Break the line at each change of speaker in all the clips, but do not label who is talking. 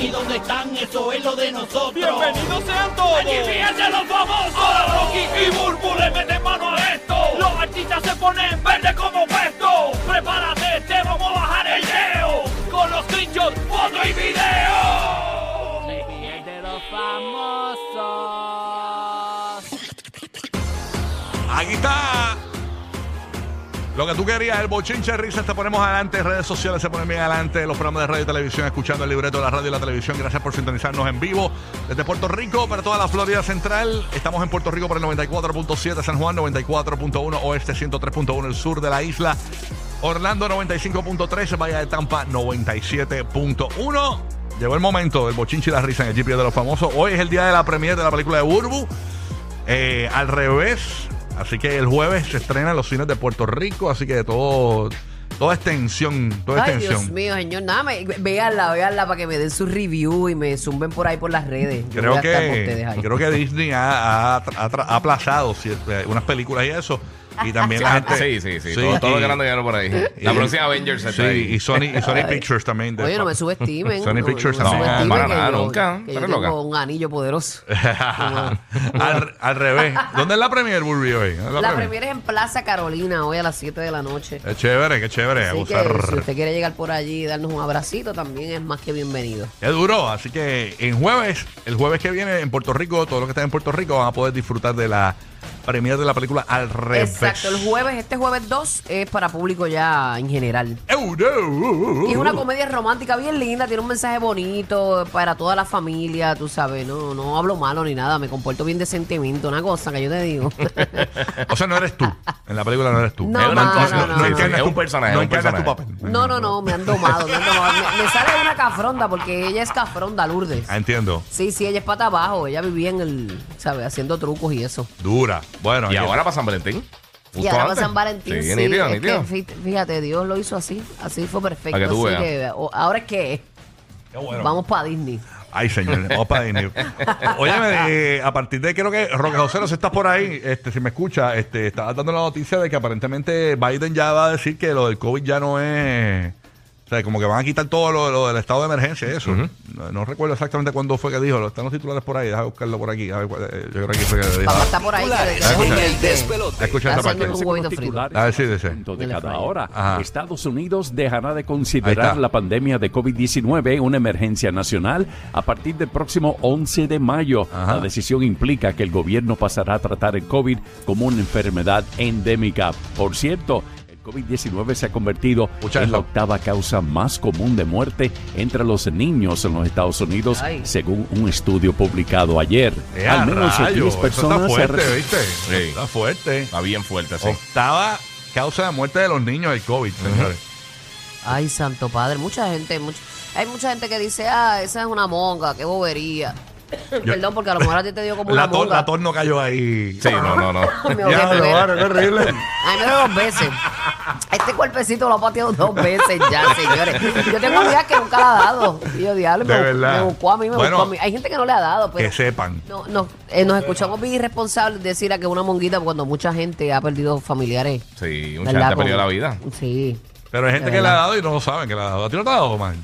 ¿Y dónde están? Eso es lo de nosotros.
¡Bienvenidos sean todos!
¡Allí fíjense los famosos!
Ahora Rocky y Burbu le meten mano a esto.
Los artistas se ponen verde como puesto. Prepárate, te vamos a bajar el leo. Con los trinchos, foto y video.
de los famosos.
Aquí está. Lo que tú querías, el bochinche risas, te ponemos adelante, redes sociales se ponen bien adelante, los programas de radio y televisión, escuchando el libreto de la radio y la televisión. Gracias por sintonizarnos en vivo desde Puerto Rico para toda la Florida Central. Estamos en Puerto Rico por el 94.7 San Juan, 94.1 Oeste, 103.1 el sur de la isla, Orlando 95.3, Bahía de Tampa 97.1. Llegó el momento del bochinche y la risa en el GPS de los famosos. Hoy es el día de la premiere de la película de Burbu. Eh, al revés. Así que el jueves se estrena en los cines de Puerto Rico, así que todo, toda extensión, toda
Ay,
extensión.
Dios mío, señor. Nada, me- véanla, véanla para que me den su review y me zumben por ahí por las redes. Yo voy
Creo
a estar con ustedes
que,
ahí.
creo que Disney ha, ha- ha tra- ha aplazado cier- eh, unas películas y eso. Y también la gente.
Ah, Sí, sí, sí. todo, todo lo
y-
grande ya no por ahí. La
y-
próxima Avengers está
sí,
ahí.
y Sony, y Sony Pictures también. de-
Oye, no me subestimen.
Sony
no-
Pictures
no, me
también.
subestimen
para
que
nada,
yo-
nunca.
que yo
Eres
tengo
loca.
un anillo poderoso.
al, al revés. ¿Dónde es la premier, Burby, hoy? ¿Dónde es
La
premier?
primera es en Plaza Carolina hoy a las 7 de la noche.
Qué chévere, qué chévere. a
Así que
gozar.
si usted quiere llegar por allí y darnos un abracito, también es más que bienvenido.
Es duro, así que en jueves, el jueves que viene en Puerto Rico, todos los que están en Puerto Rico van a poder disfrutar de la premier de la película al revés.
Exacto, el jueves, este jueves 2 es para público ya en general.
Euro.
Y es
Uh-huh.
uh,
una comedia romántica bien linda, tiene un mensaje bonito para toda la familia, tú sabes, no, no hablo malo ni nada, me comporto bien decentemente, una cosa que yo te digo.
O sea, no eres tú. En la película no eres tú.
No,
Es una-
no, no, no, no.
encarnas
Es un
tu-
personaje,
No
un
encarnas tu
personaje.
papel.
no, no, no, me han domado, me, han domado. Me- me sale una cafronda porque ella es cafronda, Lourdes.
Ah, entiendo.
Sí, sí, ella es pata abajo, ella vivía en el, ¿sabes? Haciendo trucos y eso.
Dura. Bueno,
Y
aquí-
ahora para San Valentín.
Y
Justo
ahora para
antes.
San Valentín, sí,
ni tío,
es
ni tío.
que fí- fíjate, Dios lo hizo así, así fue perfecto.
Para que tú
así
veas.
que, o- ahora es que
Qué bueno.
vamos para Disney.
Ay, señor, vamos para Disney. Oye, a partir de creo que Roque José, no sé si estás por ahí, este, si me escucha, este, estaba dando la noticia de que aparentemente Biden ya va a decir que lo del COVID ya no es. O sea, como que van a quitar todo lo, lo del estado de emergencia, eso. no, no recuerdo exactamente cuándo fue que dijo. lo- Están los titulares por ahí, déjame buscarlo por aquí. a ver cuál- eh, yo creo que aquí fue que dijo.
Papá está por ahí. que- que-
Escucha.
que-
Escucha esta parte.
Un huevito frito.
Ah, sí, sí, sí.
Punto de
Le
cada
fallo.
hora.
Ajá.
Estados Unidos dejará de
Ahí está.
considerar la pandemia de COVID-19 una emergencia nacional a partir del próximo 11 de mayo.
Ajá.
La decisión implica que el gobierno pasará a tratar el COVID como una enfermedad endémica. Por cierto, el COVID-19 se ha convertido
Escucha
en la
eso.
octava causa más común de muerte entre los niños en los Estados Unidos,
Ay.
según un estudio publicado ayer.
Eh,
Al menos
rayos,
10
eso
personas se
está fuerte,
re-
¿viste?
Sí.
Está fuerte.
Está bien fuerte, sí.
Oh. Octava causa de muerte de los niños del COVID, señores.
Ay, santo padre, mucha gente, mucha- hay mucha gente que dice, ah, esa es una monga, qué bobería. Perdón, porque a lo mejor a ti te dio como
La
una
tos,
monga.
la tos no cayó ahí.
Sí, no, no, no.
Me
Ya, lo
ahogué primero.
vale, qué horrible.
Ay, me dio dos veces. Este cuerpecito lo ha pateado dos veces ya, señores. Yo tengo amigas que nunca la ha dado. Y yo, diablo,
De
me, bu-
verdad.
me buscó a mí, me
Bueno,
buscó a mí. Hay gente que no le ha dado, pero...
Que sepan.
No, no, eh, nos escuchamos bien irresponsables decir a que una monguita cuando mucha gente ha perdido familiares.
Sí, mucha
¿Verdad?
gente ha perdido la
Como-
vida.
Sí.
Pero hay gente
De
que le ha
verdad.
dado y no lo saben que le ha dado. ¿A ti no te ha dado, man?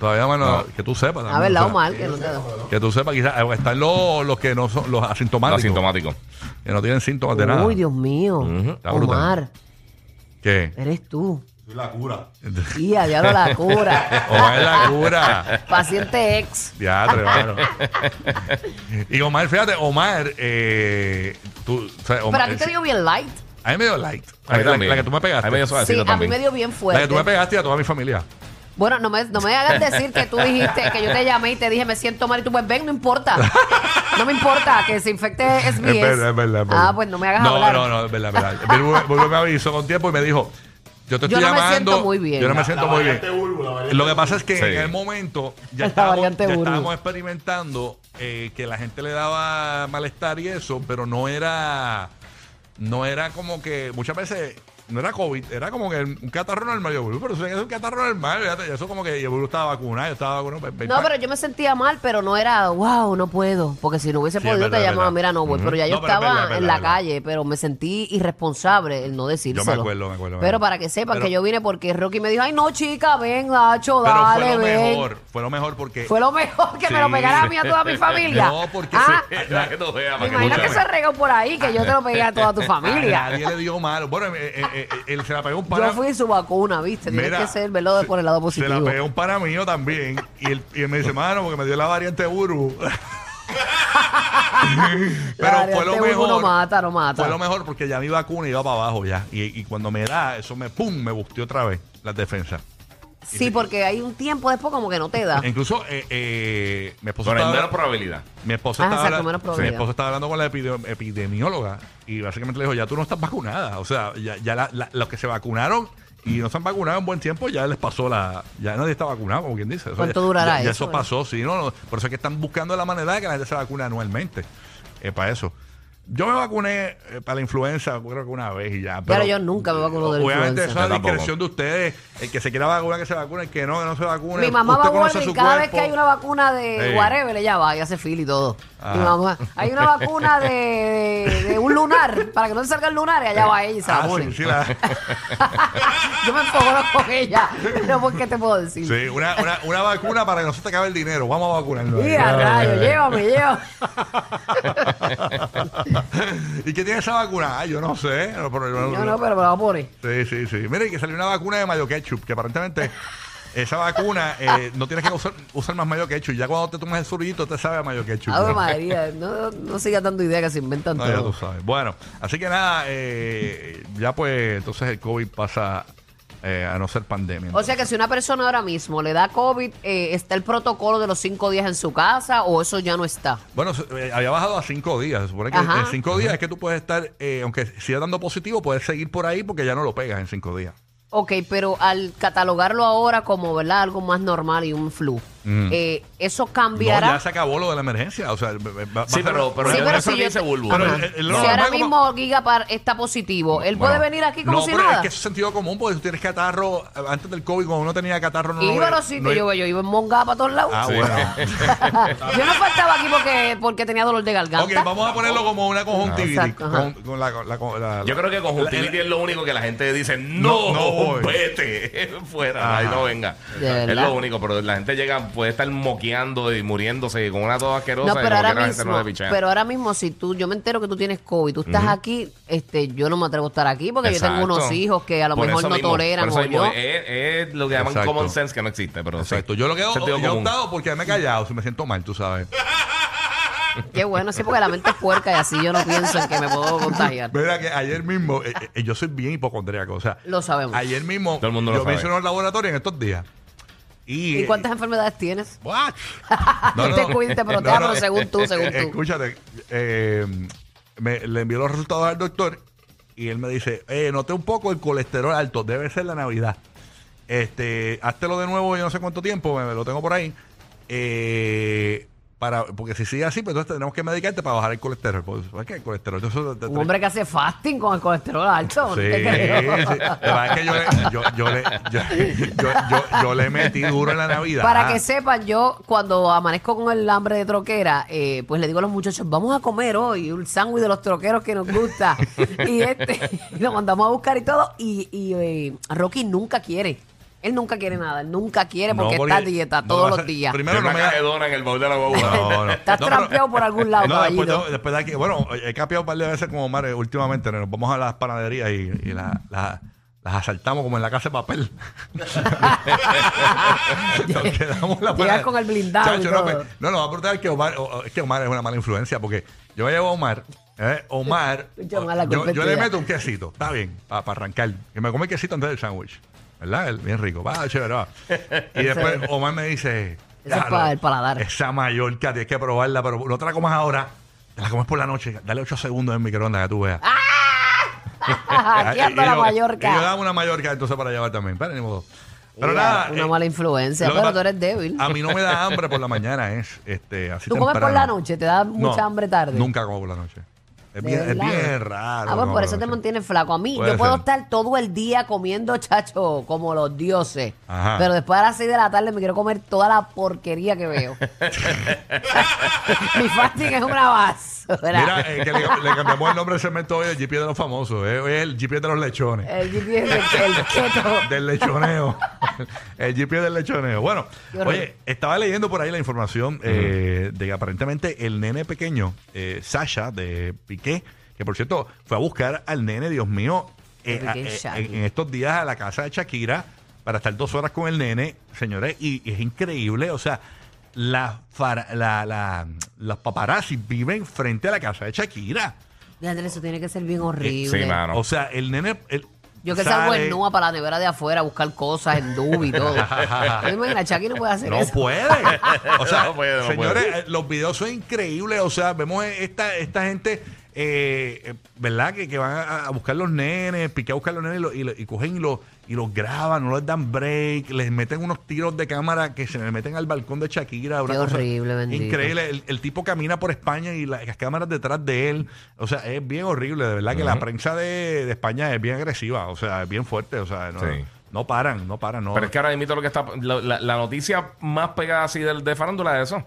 Todavía, man, no- que tú sepas.
A
también,
ver,
o sea,
lado mal, que no te ha dado.
Que tú sepas, quizás eh, están los, los que no son los asintomáticos.
Los sintomáticos.
Que no tienen síntomas de nada.
Uy, Dios mío.
está brutal.
Omar,
¿Qué?
eres tú.
o
Tía, diablo la cura.
es la cura.
Paciente ex.
Ya, hermano. Y Omar, fíjate, Omar, eh, tú, o sea,
Pero
Omar
a ti te dio bien light.
a mí me dio light.
A mí
la,
también.
la que tú me pegaste.
A mí me dio suave.
Sí,
Así
a mí
también.
me dio bien
la que tú me
fuerte.
pegaste y a toda mi familia.
Bueno, no me, no me hagas decir que tú dijiste, que yo te llamé y te dije, me siento mal y tú, pues ven, no importa. No me importa, que se infecte es mi
Es
ex.
verdad, es verdad, es verdad.
Ah, pues no me hagas
no,
hablar.
No, no, es verdad, es verdad. Burbu- Burbu me avisó con tiempo y me dijo, yo te
Yo
estoy
no me
llamando.
siento muy bien.
Yo no me siento muy bien. Lo que pasa es que
Sí.
en el momento ya
La
estábamos,
variante
ya
Burbu.
estábamos experimentando eh, que la gente le daba malestar y eso, pero no era, no era como que muchas veces No era COVID, era como que un catarro normal. Yo, Bulbu, pero eso es un catarro normal. fíjate, Eso como que yo Bulbu estaba vacunado, yo estaba vacunado. Ve- ve-
No, pero yo me sentía mal, pero no era, wow, no puedo. Porque si no hubiese
Sí, es
podido,
verdad,
te
es
llamaba,
verdad.
mira, no voy. Pero ya yo
No, pero es
estaba
verdad, es
en
verdad,
la
es verdad.
calle, pero me sentí irresponsable el no decírselo.
acuerdo, me acuerdo, me
Pero
acuerdo.
para que sepan
Pero-
que yo vine porque Rocky me dijo, ay, no, chica, ven, gacho,
Pero
dale,
fue lo
ven.
mejor, fue lo mejor porque.
Fue lo mejor que me
Sí.
lo pegara a mí a toda mi familia.
No, porque
Ah,
se-
Para que tú veas,
Me
para que
imagino que
escuches.
se regó por ahí, que yo te lo pegué a toda tu
A
familia.
nadie le dio malo. Bueno, eh, eh, eh, él se la pegó un para.
Yo fui su vacuna, ¿viste? Tienes
Mira,
que ser, ¿verdad?
se-
Por el lado
Se
positivo.
la pegó un para mío también. Y él, y él me dice, mano, porque me dio la variante Burbu. Pero
La
fue lo
variante Burbu
mejor.
no este mata, no mata.
Fue lo mejor porque ya mi vacuna iba para abajo ya. Y, y cuando me da, eso me pum, me busteó otra vez las defensas.
Sí, porque hay un tiempo después como que no te da.
E Incluso eh, eh, mi esposo
Con la
estaba-
menor probabilidad.
mi esposa
Ah,
estaba
exacto,
habla- sí,
menos
mi
probabilidad.
esposa estaba hablando con la epide- epidemióloga y básicamente le dijo, ya tú no estás vacunada. O sea, ya, ya la- la- los que se vacunaron y no se han vacunado en buen tiempo, ya les pasó la... Ya nadie está vacunado, como quien dice. Eso
¿Cuánto
ya-
durará
ya- ya
eso, eh?
eso
verdad?
pasó, sí. No, no. por eso es que están buscando la manera de que la gente se vacune anualmente. eh, para eso. Yo me vacuné eh, para la influenza, creo que una vez y ya.
Claro, yo nunca me vacuno de la
Obviamente
influenza.
eso es
Yo
la
tampoco.
discreción de ustedes. El que se quiera vacunar, que se vacune. El que no, que no se vacune.
Mi mamá va
Usted
a
conoce
Walgreens y
su
cada vez
cuerpo.
que hay una vacuna de
Sí.
whatever, ella va y hace fil y todo.
Ah.
Mi mamá, hay una vacuna de, de- de un lunar, para que no se salga el lunar, y allá va ella y se la
Ah, sí,
pone.
sí, la-
Yo me enfogono con ella, no por qué te puedo decir.
Sí, una, una, una vacuna para que no se te acabe el dinero. Vamos a vacunarnos.
Mira, rayo, llévame, llévame.
¿Y qué tiene esa vacuna? Ah, yo no sé. No, pero yo no-
Yo no, pero me la voy a poner.
Sí, sí, sí. Mira, y que salió una vacuna de mayo ketchup, que aparentemente esa vacuna eh, no tienes que usar, usar más mayo ketchup. Ya cuando te tomas el surito te sabe a mayo ketchup.
Ave María, no, no sigas dando idea que se inventan
No, ya tú
todo.
sabes. Bueno, así que nada, eh, ya pues entonces el COVID pasa eh, a no ser pandemia.
O sea que si una persona ahora mismo le da COVID, eh, ¿está el protocolo de los cinco días en su casa o eso ya no está?
Bueno, se- eh, había bajado a cinco días. Se supone que
Ajá.
en cinco días es que tú puedes estar, eh, aunque siga dando positivo, puedes seguir por ahí porque ya no lo pegas en cinco días.
Ok, pero al catalogarlo ahora como ¿verdad? algo más normal y un flu, eh, ¿eso
No,
cambiará?
ya se acabó lo de la emergencia. O sea, va- va-
Sí,
va-
pero, pero,
Sí,
yo-
pero
eso
si
que
yo
dice
te-
Bulbo.
Pero
Ajá.
el- el-
si
lo
ahora
normal como-
mismo Gigapar está positivo, él
Bueno,
puede venir aquí como
no,
si
pero
nada.
es que es sentido común, porque tú tienes catarro, eh, antes del COVID, cuando uno tenía catarro, no
iba a
no-
los sitios,
no-
yo, yo iba en Mongá para todos lados.
Ah,
Sí.
bueno.
yo no faltaba aquí porque, porque tenía dolor de garganta.
ok, vamos a ponerlo como una conjuntivitis.
Exacto, ajá.
con, con la, con la- con la-
Yo creo que conjuntivitis es lo único que la gente dice, no,
No, no voy".
vete fuera,
Ajá.
ahí no venga.
De verdad.
Es lo único, pero la gente llega, puede estar moqueando y muriéndose con una tos asquerosa
No,
y como
pero ahora
quiera la gente no
mismo,
le pichea.
pero ahora mismo si tú, yo me entero que tú tienes COVID, tú estás aquí, este, yo no me atrevo a estar aquí porque yo tengo
Exacto.
unos hijos que a lo
Por
mejor
eso
no
mismo, por
toleran
eso
o
mismo,
yo.
Es, es lo que llaman
Exacto.
common sense que no existe, pero sí.
Exacto. Yo lo que he
Sentido
yo he
común.
optado porque me he callado, si me siento mal, tú sabes.
Qué bueno, sí, porque la mente es puerca y así yo no pienso en que me puedo contagiar.
Mira que ayer mismo, eh, eh, yo soy bien hipocondríaco, o sea.
Lo sabemos.
Ayer mismo,
Todo el mundo
yo
lo
me
sabe.
hice unos laboratorios en estos días. ¿Y, eh,
¿Y cuántas enfermedades tienes?
What?
Te cuides, te proteja, pero según tú, según tú.
eh, Escúchate, eh, me- le envió los resultados al doctor y él me dice, eh, noté un poco el colesterol alto, debe ser la Navidad. Este, háztelo de nuevo, yo no sé cuánto tiempo, me, me lo tengo por ahí. Eh, para, porque si sigue así, pues entonces tenemos que medicarte para bajar el colesterol. Pues, ¿sabes qué? El colesterol. Entonces, te- te-
Un hombre que hace fasting con el colesterol alto. no
Sí,
te creo.
sí. La verdad es que yo le, yo, yo le, yo, yo- yo- yo le metí duro en la Navidad.
Para que sepan, yo cuando amanezco con el hambre de troquera, eh, pues le digo a los muchachos, vamos a comer hoy un sándwich de los troqueros que nos gusta. y este, y lo mandamos a buscar y todo. Y, y, eh, Rocky nunca quiere. Él nunca quiere nada. Él nunca quiere
No,
porque, está a dieta
no
todos
va a
los
ser-
días.
Tiene
Primero no
una
me da,
cajedona en el baúl de la guagua.
No, no.
Estás
No, pero-
trampeado por algún lado,
No, después,
caballito.
de- después de aquí, bueno, he cambiado un par de veces como Omar eh, últimamente. Nos vamos a las panaderías y, y la- la- las asaltamos como en la casa de papel. Nos quedamos en la
Llegas
panadería.
con el blindado y
Chacho, no,
todo.
pe- no, no, va a preguntar que Omar, o- o- es que Omar es una mala influencia porque yo me llevo a Omar. eh, Omar,
Escucha, Omar, la
yo,
culpa es
yo le
tuya.
meto un quesito, está bien, para arrancar. Que me come el quesito antes del sándwich, ¿verdad? El- Bien rico, va, chévere, va. Y después Omar me dice.
Eso es
"Ya,
para
no,
el paladar".
esa Mallorca tienes que probarla, pero no te la comas ahora. Te la comes por la noche. Dale 8 segundos en el microondas que tú veas. Eh,
Aquí ando Ah, la
Yo
Mallorca.
daba una Mallorca entonces para llevar también. Pero ni modo. Pero
Mira,
nada.
una
eh,
mala influencia,
lo que
pero
pa-
tú eres débil.
A mí no me da hambre por la mañana, es. Este, así
¿Tú comes por
temprano.
la noche? ¿Te da mucha hambre tarde?
Nunca como por la noche. Es
De
bien, es
verdad.
bien raro.
Ah, pues
no,
por
no,
eso te
sí.
mantienes flaco. A mí,
Puede
yo puedo
ser.
estar todo el día comiendo chacho como los dioses.
Ajá.
Pero después de las 6 de la tarde me quiero comer toda la porquería que veo. Mi fasting es una basura.
Mira, eh, que le, le cambiamos el nombre del segmento hoy, el GP de los famosos. eh. Hoy es el GP de los lechones.
El, el, el keto.
del lechoneo. el GP del lechoneo. Bueno,
Qué horror.
oye, estaba leyendo por ahí la información eh, de que aparentemente el nene pequeño, eh, Sasha de Piqué, que por cierto fue a buscar al nene, Dios mío, eh,
De
a-
Piqué,
eh,
Shaggy.
en, en estos días a la casa de Shakira para estar dos horas con el nene, señores, y, y es increíble, o sea. La fara- la- la- los paparazzi viven frente a la casa de Shakira.
Andrés, eso tiene que ser bien horrible.
Sí, mano.
O sea, el nene. el-
Yo que salgo
sale-
en Nua para la nevera de afuera a buscar cosas en Dubi y todo. ¿Te imaginas? Chucky no puede hacer
No
eso.
puede. O sea,
No puede, no
señores,
puede.
eh, los videos son increíbles. O sea, vemos esta, esta gente, eh, eh, ¿verdad? Que, que van a, a buscar los nenes, pique a buscar los nenes y, lo- y lo- y cogen y los y los graban, no les dan break, les meten unos tiros de cámara que se le meten al balcón de Shakira. una
Qué horrible, bendito.
Increíble. El, el tipo camina por España y la- las cámaras detrás de él. O sea, es bien horrible. De verdad que la prensa de, de España es bien agresiva. O sea, es bien fuerte. O sea, no,
Sí.
no paran, no paran. No.
Pero es que ahora mismo lo que está. La, la- la noticia más pegada así del, de farándula de eso.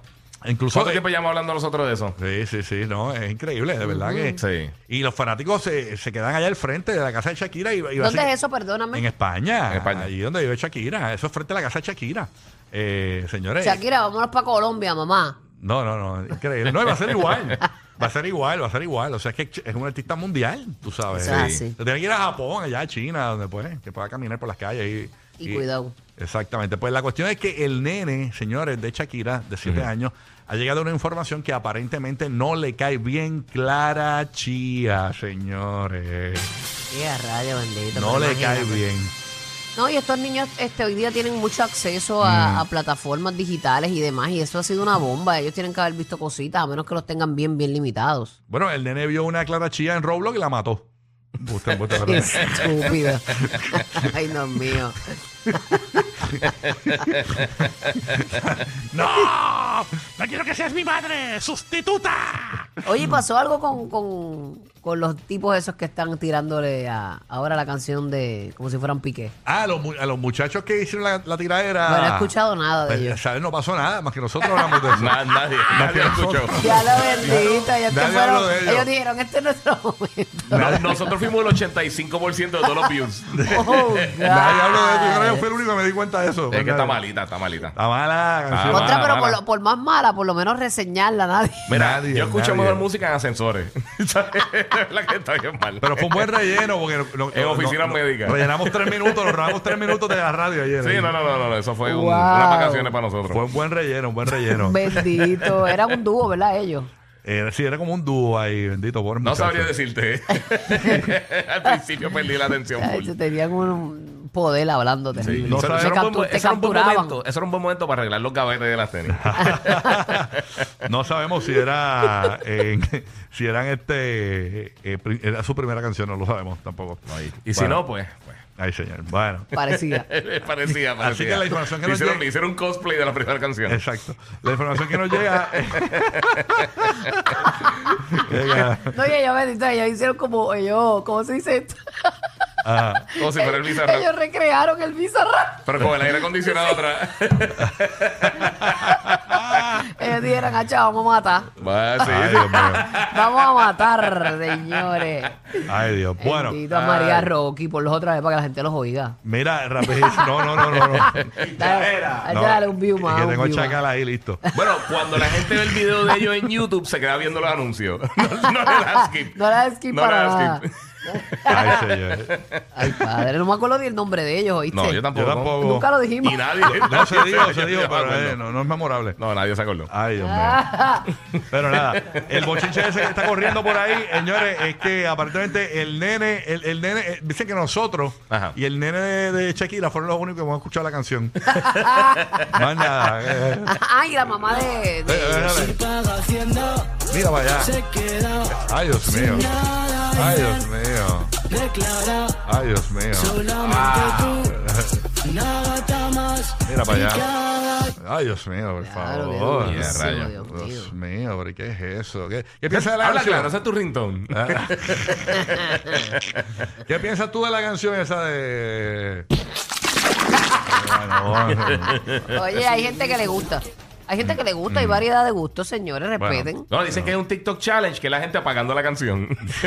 Incluso.
¿Cuánto tiempo llevamos hablando nosotros de eso?
Sí, sí, sí, no, es increíble, de verdad que.
Sí.
Y los fanáticos se, se quedan allá al frente de la casa de Shakira. Y, y
¿Dónde
básicamente-
es eso? Perdóname.
En España,
En España.
Ahí donde vive Shakira. Eso es frente a la casa de Shakira. Eh, señores.
Shakira, vámonos para Colombia, mamá.
No, no, no, increíble. No, y va a ser igual. Va a ser igual, va a ser igual. O sea, es que es un artista mundial, tú sabes.
Eso es así.
Tiene que ir a Japón, allá a China, donde puede, que pueda caminar por las calles. Y,
Y cuidado.
Exactamente. Pues la cuestión es que el nene, señores, de Shakira, de 7 años, ha llegado una información que aparentemente no le cae bien Clara Chía, señores.
Qué rayo bendito.
No
pero
le
imagínate.
cae bien.
No, y estos niños este, hoy día tienen mucho acceso a,
Mm.
a plataformas digitales y demás, y eso ha sido una bomba. Ellos tienen que haber visto cositas, a menos que los tengan bien, bien limitados.
Bueno, el nene vio una Clara Chía en Roblox y la mató. Busta, busta,
Qué
busta.
estúpido. Ay, Dios mío.
¡No! ¡No quiero que seas mi madre! ¡Sustituta!
Oye, ¿y ¿pasó algo con, con, con los tipos esos que están tirándole a, ahora la canción de como si fueran piqué?
Ah, a los, mu- a los muchachos que hicieron la, la tiradera.
Bueno, no he escuchado nada de
Pues,
ellos.
¿sabes? No pasó nada, más que nosotros hablamos de eso.
Na- nadie, nadie lo escuchó.
Ya lo bendito, ellos, te
Nadie
fueron-
habló de ellos.
ellos dijeron, este es nuestro momento.
No- nosotros fuimos el 85% de todos los views.
Oh,
Nadie habló de eso. Yo creo que
God.
fui el único que me di cuenta de eso.
es que está Ah,
Nadie.
malita, está malita.
Está mala la canción.
mal.
Contra, pero
mala.
por, lo- por más mala, por lo menos reseñarla nadie.
Mira,
Nadie,
yo escucho
nadie.
mejor música en ascensores. la que está bien mal.
Pero fue un buen relleno porque no- no-
En
no-
oficina
no-
médica.
Rellenamos tres minutos, nos robamos tres minutos de la radio ayer.
Sí, no, no, no, no, no, eso fue un-
Wow.
unas vacaciones para nosotros.
Fue un buen relleno, un buen relleno.
Bendito. Era un dúo, ¿verdad? Ellos.
Era, sí, era como un dúo ahí, bendito. pobre
no
muchacho.
sabría decirte. ¿eh? Al principio perdí la atención.
Ay,
full.
se tenían un poder hablándote.
Sí,
no
eso,
sabes-
eso era un
Te
buen,
captu- te
eso era un buen
capturaban.
momento, eso era un buen momento para arreglar los gavetes de las tenis.
Ah, No sabemos si era eh, si eran este eh, pri- era su primera canción, no lo sabemos tampoco.
y si no, pues, pues,
Ay, señor. Bueno.
Parecía.
parecía, parecía.
Así que la información que
Le
nos
hicieron,
llega-
le hicieron un cosplay de la primera canción.
Exacto. La información que nos llega. eh, llega-
No, y ellos, bendito, ellos hicieron como ellos, ¿cómo se dice esto?
ah,
Como si fuera el bizarro.
ellos recrearon el bizarrap.
Pero con el aire acondicionado atrás.
Ellos dijeron, ah, chao, vamos a matar.
Va, sí,
ay,
sí.
Dios mío.
Vamos a matar, señores.
Ay, Dios. Bueno.
Bendito a María Rocky, por los otra vez para que la gente los oiga.
Mira, rapidísimo. No, no, no, no. no.
Dale,
No,
dale un view más.
Que
un
tengo
view más.
chacal ahí, listo.
Bueno, cuando la gente ve el video de ellos en YouTube, se queda viendo los anuncios. No, no le das skip.
No le das skip
No le
para
das
nada.
skip.
Ay, señor.
Ay, padre, no me acuerdo ni el nombre de ellos, ¿oíste?
No, yo tampoco.
Yo tampoco.
Nunca lo
Y
dijimos.
nadie.
No se dijo, se
yo
dijo,
me
pero
acuerdo.
eh, no, no es memorable.
No, nadie se acordó.
Ay, Dios
Ah.
mío. Pero nada, el bochinche ese que está corriendo por ahí, señores, es que aparentemente el nene, el, el nene, eh, dicen que nosotros
Ajá.
y el nene de, de Shakira fueron los únicos que hemos escuchado la canción. Más nada. eh, eh,
Ay, la mamá de.
eh,
de-
eh, Mira para allá. Ay, Dios mío. Ay, Dios mío. Ay, Dios mío. Ah. Mira para allá. Ay, Dios mío, por
Claro,
favor.
bien
durísimo,
Rayos.
Dios
Dios mío, pero ¿qué es eso? ¿Qué, qué piensas de la
Habla
canción?
claro, ese es tu ringtone.
Ah. ¿Qué piensas tú de la canción esa de.? Bueno, bueno.
Oye, hay gente que le gusta. Hay gente que le gusta, hay variedad de gustos, señores,
Mm. Bueno.
respeten.
No, dicen que es un TikTok challenge que es la gente apagando la canción.
Es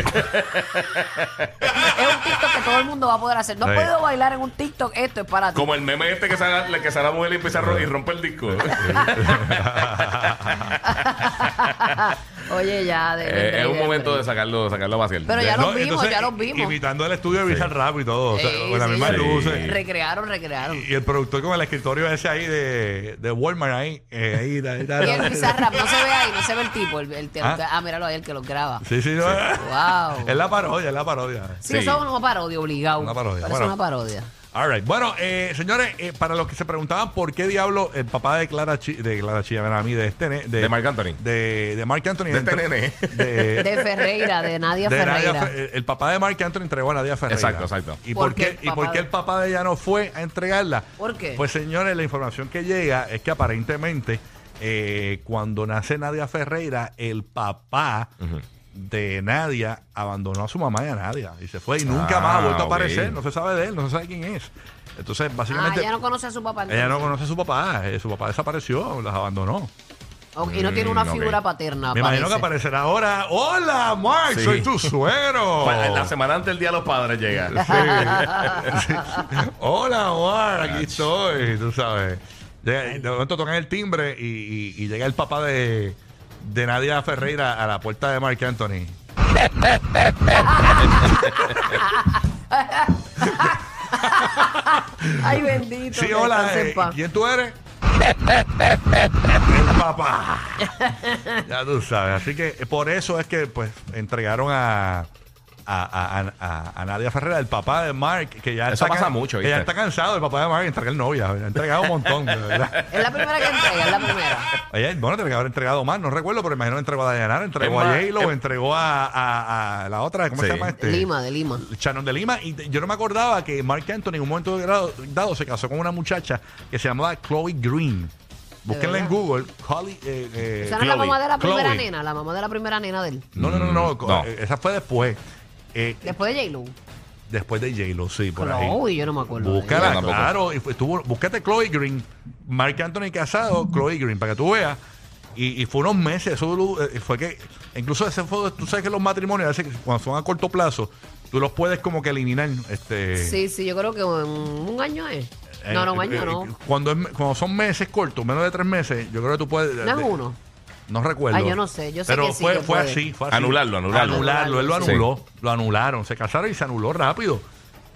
un TikTok que todo el mundo va a poder hacer. No
Sí.
puedo bailar en un TikTok, esto es para ti.
Como el meme este que sale, la que sale la mujer y empieza a ro- y rompe el disco.
Oye, ya, de
Eh, es un momento de sacarlo, sacarlo a vaciar.
Pero ya
No,
los vimos,
entonces,
ya los vimos.
Imitando el estudio de Bizarrap y todo. o sea,
Sí,
con las
sí,
mismas
sí.
luces.
Recrearon, recrearon.
Y el productor con el escritorio ese ahí de, de Walmart ahí. eh, ahí, ahí, ahí,
Y
ahí.
el Bizarrap, no se ve ahí, no se ve el tipo. El, el- el-
Ah.
ah. míralo ahí, el que lo graba.
Sí, sí, no.
Wow.
Es la parodia, es la parodia.
Sí,
Sí.
eso es una parodia, obligado.
Una parodia,
Parece
bueno.
una parodia.
All right. Bueno, eh, señores, eh, para los que se preguntaban por qué diablo el papá de Clara Chi, de Clara Chilla, a mí, de este ne-
De Marc Anthony.
De, de Mark Anthony.
De este nene.
De,
De Ferreira, de Nadia
de Nadia
Ferreira.
Fe- eh, el- el papá de Mark Anthony entregó a Nadia Ferreira.
Exacto, exacto.
¿Y
¿Por
por,
qué
qué,
el
¿Y por
papá
qué
de-
el papá de ella no fue a entregarla?
¿Por qué?
Pues señores, la información que llega es que aparentemente eh, cuando nace Nadia Ferreira, el papá de Nadia abandonó a su mamá y a Nadia. Y se fue y nunca
Ah,
más ha vuelto
ok.
a aparecer. No se sabe de él, no se sabe quién es. Entonces,
Ah,
básicamente...
ella no conoce a su papá.
Ella no
entonces.
conoce a su papá, eh, su papá desapareció, las abandonó.
Ok, y no tiene una
Mm, ok.
figura paterna.
Me imagino que
parece.
aparecerá ahora. ¡Hola, Mark!
Sí.
¡Soy tu suegro!
Pa- La semana antes del Día de los Padres llega.
Sí. Sí. Hola, Omar, aquí estoy, tú sabes. Llega- de momento tocan el timbre y, y- y llega el papá de, de Nadia Ferreira a la puerta de Mark Anthony.
Ay, bendito.
Sí,
que
hola,
descanse en
eh,
paz.
¿quién tú eres? el papá. ya tú sabes, así que eh, por eso es que pues entregaron a... A, a- a- a Nadia Ferreira, el papá de Mark, que ya,
Eso
está,
pasa
can-
mucho,
que ya
¿viste?
está cansado, el papá de Mark, de entregar novia, ha entregado un montón, de verdad.
Es la primera que entrega, es la primera.
Ella, bueno, tiene que haber entregado más, no recuerdo, pero imagino que entregó a Dayanara, entregó
Es
a
más,
J-Lo,
es-
entregó a, a- a la otra, ¿cómo se
Sí.
llama este?
Lima, de Lima.
Shannon de Lima. Y te- yo no me acordaba que Mark Anthony en un momento dado, dado se casó con una muchacha que se llamaba Chloe Green. Búsquenla en
verdad?
Google. Chloe, eh, eh,
Esa no es la
Chloe.
mamá de la primera
Chloe.
nena, la mamá de la primera nena de él.
No, no, no, no,
Mm, no.
eh, Esa fue después. Eh,
Después de J-Lo.
después de J-Lo, sí, por ahí.
Chloe, yo no me acuerdo. de
Búscala,
Yo tampoco.
claro. Y fue- estuvo- búscate Chloe Green, Mark Anthony Casado, Chloe Green, para que tú veas. Y, y fue unos meses, eso duró, eh, fue que, incluso ese fue, tú sabes que los matrimonios, a veces, cuando son a corto plazo, tú los puedes como que eliminar. Este,
ella. Sí, sí, yo creo que un, un año es.
eh,
no, no, un
eh,
año
eh,
no.
Cuando, es me- cuando son meses cortos, menos de tres meses, yo creo que tú puedes.
No es
de-
uno.
No recuerdo.
Ay, Ah, yo no sé, yo sé
Pero
que sí
fue,
que
fue
puede.
así, fue así.
Anularlo, anularlo.
Anularlo, él lo
Sí.
anuló, lo anularon. Se casaron y se anuló rápido.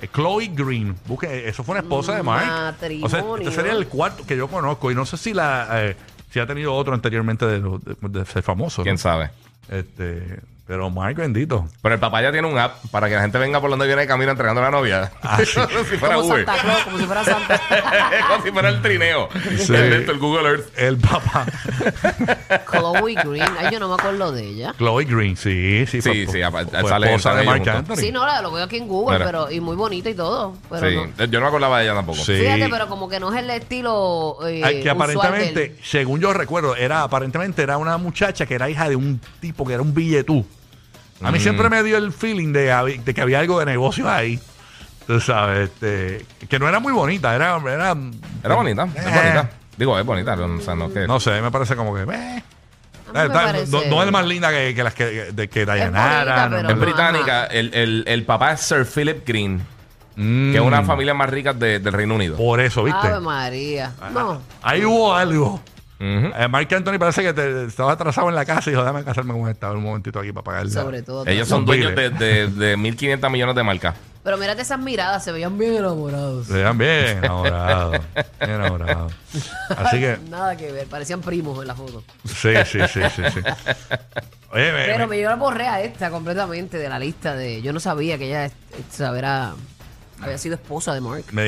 Eh, Chloe Green, busque, eso fue una esposa de Mark.
Matrimonio.
O sea, este sería el cuarto que yo conozco y no sé si la eh, si ha tenido otro anteriormente de, lo- de- de ser famoso. ¿no?
¿Quién sabe?
Este, pero Mark bendito.
Pero el papá ya tiene un app para que la gente venga por donde viene de camino entregando a la novia.
Ah,
como si fuera
Como
Uber.
Santa Claus, como si fuera Santa
como si fuera el trineo.
Sí.
El, de esto, el Google Earth.
El papá.
Chloe Green. Ay, yo no me acuerdo de ella.
Chloe Green, sí, sí,
Sí, sí, apa- sale-
esposa
sale
de Mark
junto.
Anthony.
Sí, no, la- lo veo aquí en Google,
Mira.
pero y muy bonita y todo. Pero
Sí.
no.
Yo no me acordaba de ella tampoco.
Sí.
Fíjate, pero como que no es el estilo. Eh,
Ay, que
usual
aparentemente,
del-
según yo recuerdo, era aparentemente era una muchacha que era hija de un tipo que era un billetú. A
Mm.
mí siempre me dio el feeling de, habi- de que había algo de negocios ahí. Tú sabes, este, que no era muy bonita, era... Era,
Era bonita,
Eh,
es bonita. Digo, es bonita. O sea, no es que...
No sé, me parece como que... eh.
A mí me
Tal-
parece-
no, no es más linda que, que las que, que- de, que
bonita,
Dayanara. no,
pero
Es
no.
no.
británica. El, el, el papá es Sir Philip Green, que es una
Mm.
familia más rica de- del Reino Unido.
Por eso, ¿viste?
Ave María. No.
Ahí hubo algo.
Ujú.
Eh, Mark Anthony parece que te, estaba atrasado en la casa y dijo, déjame casarme con esta un momentito aquí para pagarle.
Sobre todo.
Ellos son
Los
dueños de,
Beatles.
de, de 1.500 millones de marcas.
Pero mírate esas miradas, se veían bien enamorados.
Se veían bien enamorados. bien enamorados. Así que,
Nada que ver, parecían primos en la foto.
sí, sí, sí, sí. sí. Oye,
Eh,
me-
Pero
me-
me llevó borré a esta completamente de la lista de. Yo no sabía que ella es- es- era- había sido esposa de Mark.
me